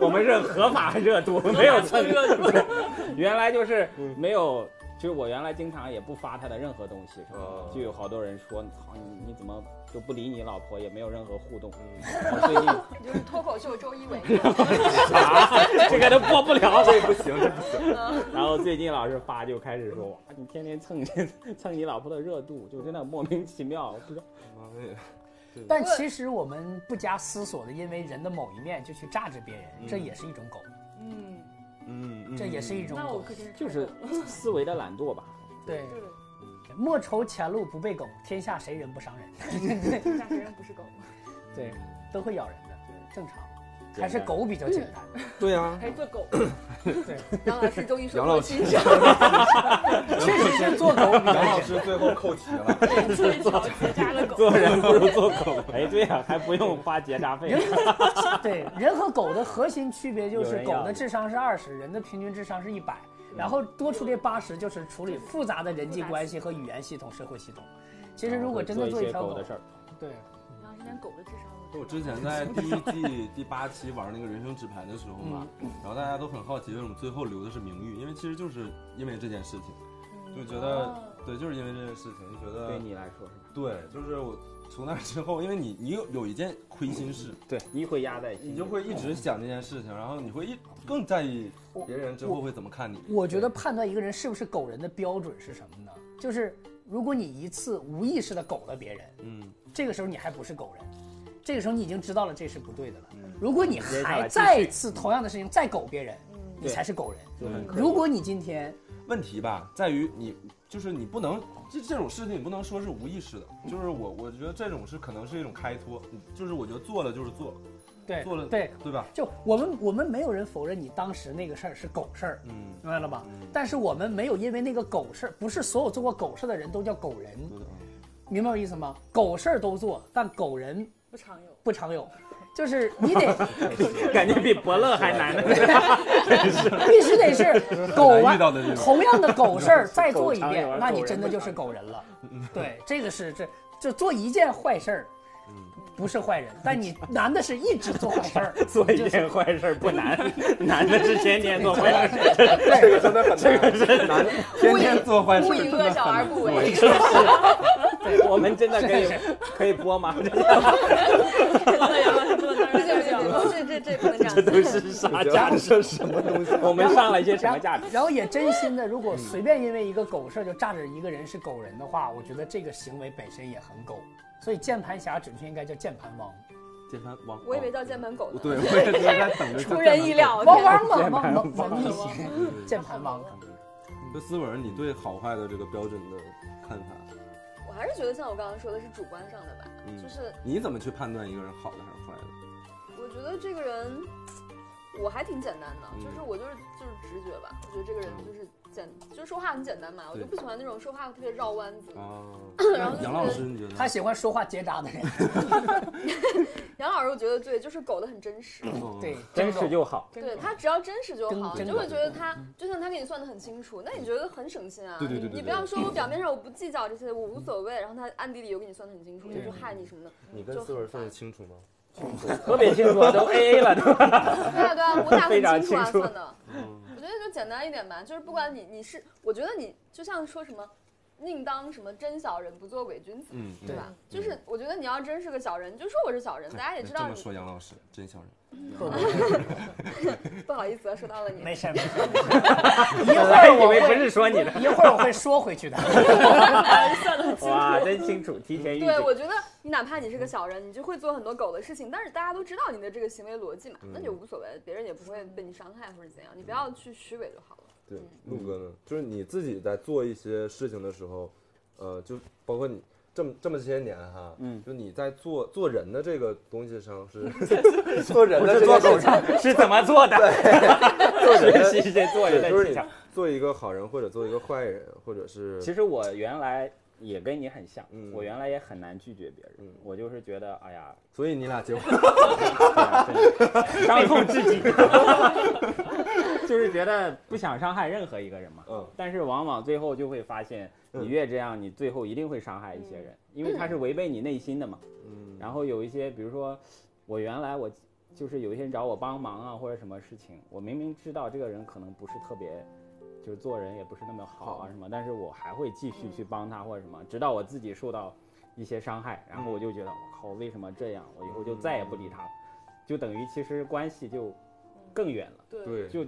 我们是合法热度，没有蹭热度。嗯原来就是没有，就是我原来经常也不发他的任何东西，是吧哦就有好多人说，操你你怎么就不理你老婆，也没有任何互动。我最近就是脱口秀周一围。啥？ 这个都播不了。这不行，这不行。然后最近老是发就开始说，哇，你天天蹭蹭你老婆的热度，就真的莫名其妙，不知道。妈呀但其实我们不加思索的，因为人的某一面就去榨制别人，这也是一种狗，嗯，嗯，嗯这也是一种那我狗。可真是就是思维的懒惰吧。对，对对，莫愁前路不被狗，天下谁人不伤人？这家人不 是狗，对，都会咬人的，正常。简单还是狗比 较简单。对啊呀，还是做狗， 杨老师周一说杨老过师心声，确实是做狗比较杨简 老单。师最后扣题了。做一条结扎的狗。 做人不如做 狗。哎，对呀、还不用花结扎费。对，人和狗的核心区别就有是人狗要的智商是二十，人的平均智商是一百，然后多出这八十就是处理复杂的人际关系和语言系统、社会系统。 其实如果真的做做一一些条狗狗的，事儿，对，杨老师连狗的智商都我之前在第一季第八期玩那个人生纸牌的时候嘛，然后大家都很好奇为什么最后留的是名誉，因为其实就是因为这件事情，就觉得、哦对，就是因为这件事情，就觉对得你来说是吧？对，就是我从那之后，因为你你有有一件亏心事，对，你会压在心里。你就会一直想这件事情，然后你会一更在意别人之后会怎么看你。我觉得判断一个人是不是狗人的标准是什么呢？就是如果你一次无意识的狗了别人，嗯，这个时候你还不是狗人，这个时候你已经知道了这是不对的了嗯。如果你还再次同样的事情再狗别人，你才是狗人。就很可如果你今天问题吧在于你就是你不能这这种事情你不能说是无意识的，就是我我觉得这种是可能是一种开脱，就是我觉得做了就是做了，对做了对，对吧？就我们我们没有人否认你当时那个事儿是狗事儿，嗯。明白了吧？但是我们没有因为那个狗事儿，不是所有做过狗事儿的人都叫狗人，对的明白我意思吗？狗事儿都做，但狗人不常 有。不常有，就是你得。 感觉比伯乐还难呢。必须得是狗很难完遇到的这种同样的狗事儿再做一狗常有遍而，那狗你人真的不就是狗人了。对，这个是这就做一件坏事儿，不是坏人，但你难的是一直做坏事儿。做一件坏事儿不难，难的是天天做坏事儿。这个真的很难，这个难，天天做坏事不以真恶的小而不为，我们真的可以可以播吗？不行不行 不行，这这这不能这样这子。都是啥价值？这什么东西？我们上了一些什然么后价值？ 然后也真心的，如果随便因为一个狗事儿就炸着一个人是狗人的话，我觉得这个行为本身也很狗。所以键盘侠准确应该叫键盘王，键盘王，我以为叫键盘狗呢，对，我也是在等着。出人意。料。王王嘛键盘王王啊王王一行，键盘王。那思文，你对好坏的这个标准的看法，我还是觉得像我刚刚说的是主观上的吧，嗯就是你怎么去判断一个人好的还是坏的？我觉得这个人，我还挺简单的，嗯就是我就是就是直觉吧，我觉得这个人就是简，就是说话很简单嘛，我就对不喜欢那种说话特别绕弯子。 然后哦就是杨老师，你觉他得？喜欢说话结扎的人，杨老师，我觉得对，就是狗的很真实，哦对，真狗实就好。对他只要真实就好，真你嗯真就会觉得他就算他给你算的很清楚，那你觉得很省心啊。对对对对对你不要说我表面上我不计较这些，我无所谓，然后他暗地里又给你算的很清楚，就是害你什么的。你跟思文分得清楚吗？特别清楚，都 A A 了，都对啊对 啊，我打得非常很清楚啊清楚嗯算的。我觉得就简单一点吧，就是不管你你是，我觉得你就像说什么，宁当什么真小人，不做伪君子，嗯，对吧？就是我觉得你要真是个小人，就说我是小人，大家也知这道么你。嗯说，杨老师真小人。不好意思啊，说到了 你。没事儿没事儿，我还以为不是 说你的，一会儿我会说回去的。哇，真清楚，提前预对，警。我觉得你哪怕你嗯是个小人，你就会做很多狗的事情，但是大家都知道你的这个行为逻辑嗯嘛，那就无所谓，别人也不会被你伤害或者怎样，你不要去虚伪就好了。对，陆哥呢？就是你自己在做一些事情的时候，呃，就包括你这么这么些年哈，嗯，就你在做做人的这个东西上 是做人不的是这做个狗的，是怎么做的？ 做人是的，是是做人的就是技你巧。做一个好人或者做一个坏人，或者是其实我原来也跟你很像，嗯我原来也很难拒绝别人，我就是觉得，哎呀， 所以你俩结婚 伤痛至 极，就是觉得不想伤害任何一个人嘛。嗯但是往往最后就会发现，你越这样，你最后一定会伤害一些人，因为他是违背你内心的嘛。嗯然后有一些，比如说我原来我就是有一些人找我帮忙啊，或者什么事情，我明明知道这个人可能不是特别，就是做人也不是那么好啊什么，但是我还会继续去帮他或者什么，直到我自己受到一些伤害，然后我就觉得我靠，为什么这样？我以后就再也不理他了，就等于其实关系就更远了。对对就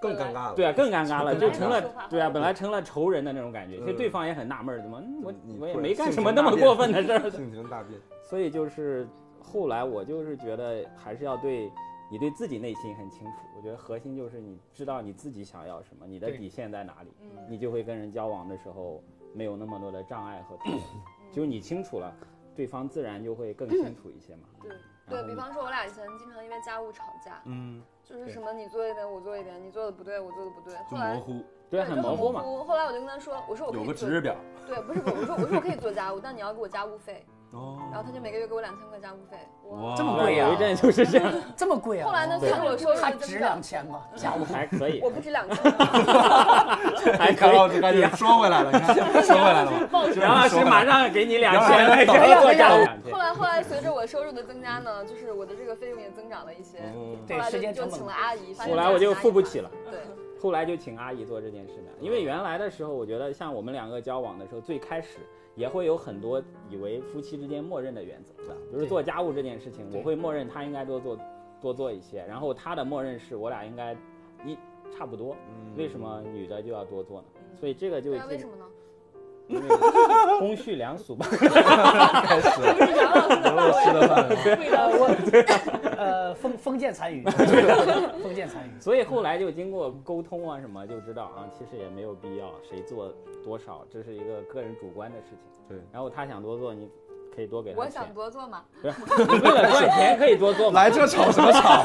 更尴尬了。对啊，更尴尬了，本来就成就说话了好对啊，本来成了仇人的那种感觉。其实嗯对方也很纳闷儿，怎么嗯我你我也突然没干性什么情那大么变过分的事儿，性情大变，所以就是后来我就是觉得还是要对你对自己内心很清楚。我觉得核心就是你知道你自己想要什么，你的对底线在哪里，嗯， 你就会跟人交往的时候没有那么多的障碍和挑战。嗯就是你清楚了，对方自然就会更清楚一些嘛。嗯对嗯对然后比你方说，我俩以前经常因为家务吵架，嗯，就是什么你做一点，我做一点，你做的不对，我做的不对。就后模来糊，对啊，就很模糊嘛。糊。后来我就跟他说，我说我可有以个做值日表。对，不是不，我说我说我可以做家务，但你要给我家务费，然后哦，他就每个月给我两千块家务费。哇这么对贵呀啊啊有一阵就是这样，这么贵啊？后来呢，对随着我收入它增值长两，千吗？家务还可以，我不止两千，还可看以。老师赶紧说回来 了，你看说回来了吗？杨老师马上给你两杨老师千，等可以着做等着家务。两千后来后来随着我收入的增加呢，就是我的这个费用也增长了一些。嗯对后来时就间就成本请了阿姨，发现后来我就这个阿姨付不起了。对，后来就请阿姨做这件事的，因为原来的时候，我觉得像我们两个交往的时候，最开始也会有很多以为夫妻之间默认的原则的，比如做家务这件事情，我会默认他应该多做多做一些，然后他的默认是我俩应该一差不多，嗯为什 么女的就要多做呢？所以这个就对啊，为什么呢？ 因为公序良俗吧， 开始了，杨老师的老师的范围了。味道， 呃封封建 残余，封建残余。所以后来就经过沟通啊什么，就知道啊，其实也没有必要谁做多少，这是一个个人主观的事情。对然后他想多做，你可以多给他我钱想。多做嘛，为 了赚钱可以多做嘛。来这吵什么吵？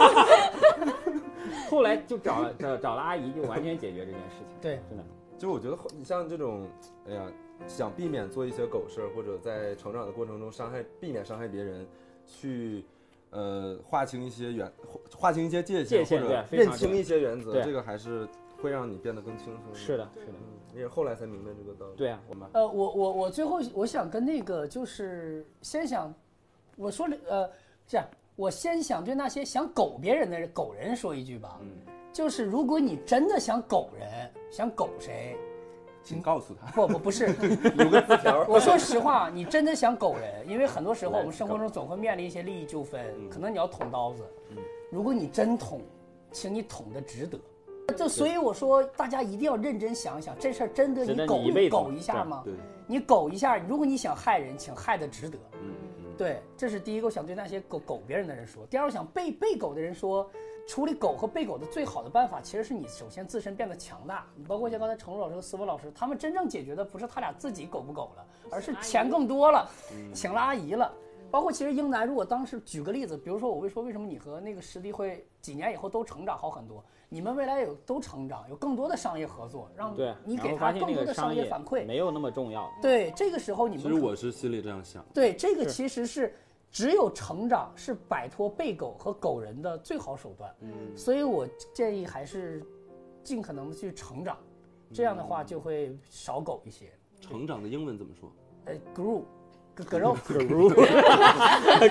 后来就找了找找了阿姨，就完全解决这件事情。对，真的。就我觉得后你像这种，哎呀，想避免做一些狗事儿，或者在成长的过程中伤害，避免伤害别人，去，呃，划清一些原，划清一些界限，界限或对者非常认清一些原则，对这个还是会让你变得更轻松。是，的，是的，嗯，你也后来才明白这个道理。对啊，我们呃，我我我最后我想跟那个就是先想，我说了呃这样，我先想对那些想狗别人的人狗人说一句吧，就是如果你真的想狗人，想狗谁，请告诉他，不不不是，，有个字条我说实话，你真的想狗人，因为很多时候我们生活中总会面临一些利益纠纷，可能你要捅刀子。如果你真捅，请你捅的值得。就所以我说，大家一定要认真想一想，这事儿真的值得你你狗一辈子狗一下吗？对，你狗一下，如果你想害人，请害的值得。对，这是第一个，我想对那些狗狗别人的人说。第二，我想被被狗的人说，处理狗和被狗的最好的办法，其实是你首先自身变得强大。你包括像刚才程璐老师和思文老师，他们真正解决的不是他俩自己狗不狗了，而是钱更多了，嗯请了阿姨了。包括其实英男，如果当时举个例子，比如说我会说，为什么你和那个师弟会几年以后都成长好很多？你们未来有都成长，有更多的商业合作，让对啊。你然给后他发现更那多个的商商业反馈。没有那么重 要。对，这个时候你们其实我是心里这样想。对，这个其实是只有成长是摆脱被狗和狗人的最好手段。嗯，所以我建议还是尽可能的去成长，嗯这样的话就会少狗一些。成长的英文怎么说？ 呃，grow 葛葛肉，可如，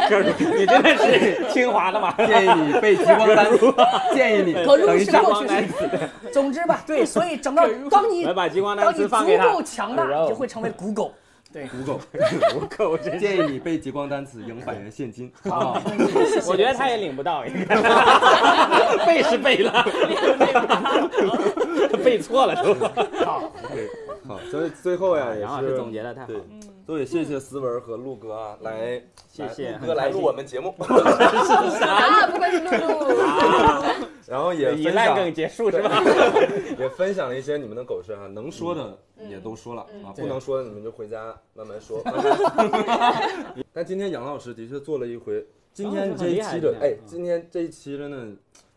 可如，你真的 是清华的吗？建议你背极光单词，建议你葛肉等一是下过去式。总之吧，对，所以 整个当你来把激光单当你词足放给他。够强大，葛肉你就会 成为古狗。 Google，我靠，我真是，建议你背极光单词赢百元现 金。好，我觉得他也领不到，应该 背是背了，背错了都。好，所以最后呀，也杨老师总结的太好对了，，所以谢谢思文和陆哥啊，来，嗯谢谢来陆很哥开来录心我们 节目，啊，不愧是露露，然后也以分烂享梗结束是吧？ 也分享了一些你们的狗事啊，能说的也都说了啊，不能说的你们就回家慢慢说。 但今天杨老师的确做了一回，今天你这一期的很厉害哎，今天这一期真的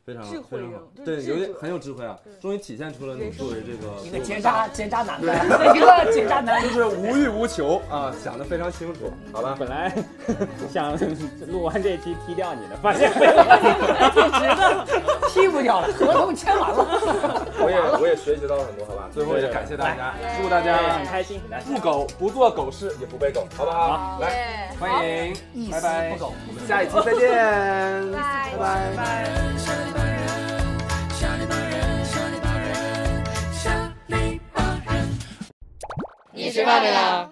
非常智慧非常人好，就是对，智有点者很有智慧啊，终于体现出了你作为这个一个作为结扎结扎男的，一个结扎男就。是无欲无求啊，想的非常清楚，好吧？本来 想录完这期踢掉你的，发现踢不掉了，合同签完了。我也我也学习到了很多，好吧？最后也感谢大家，祝大很家开心。来不狗不做狗事，也不被狗，好不好？来，耶，欢迎，一丝拜拜不苟，我们下一期再见。拜拜。你吃饭没啦？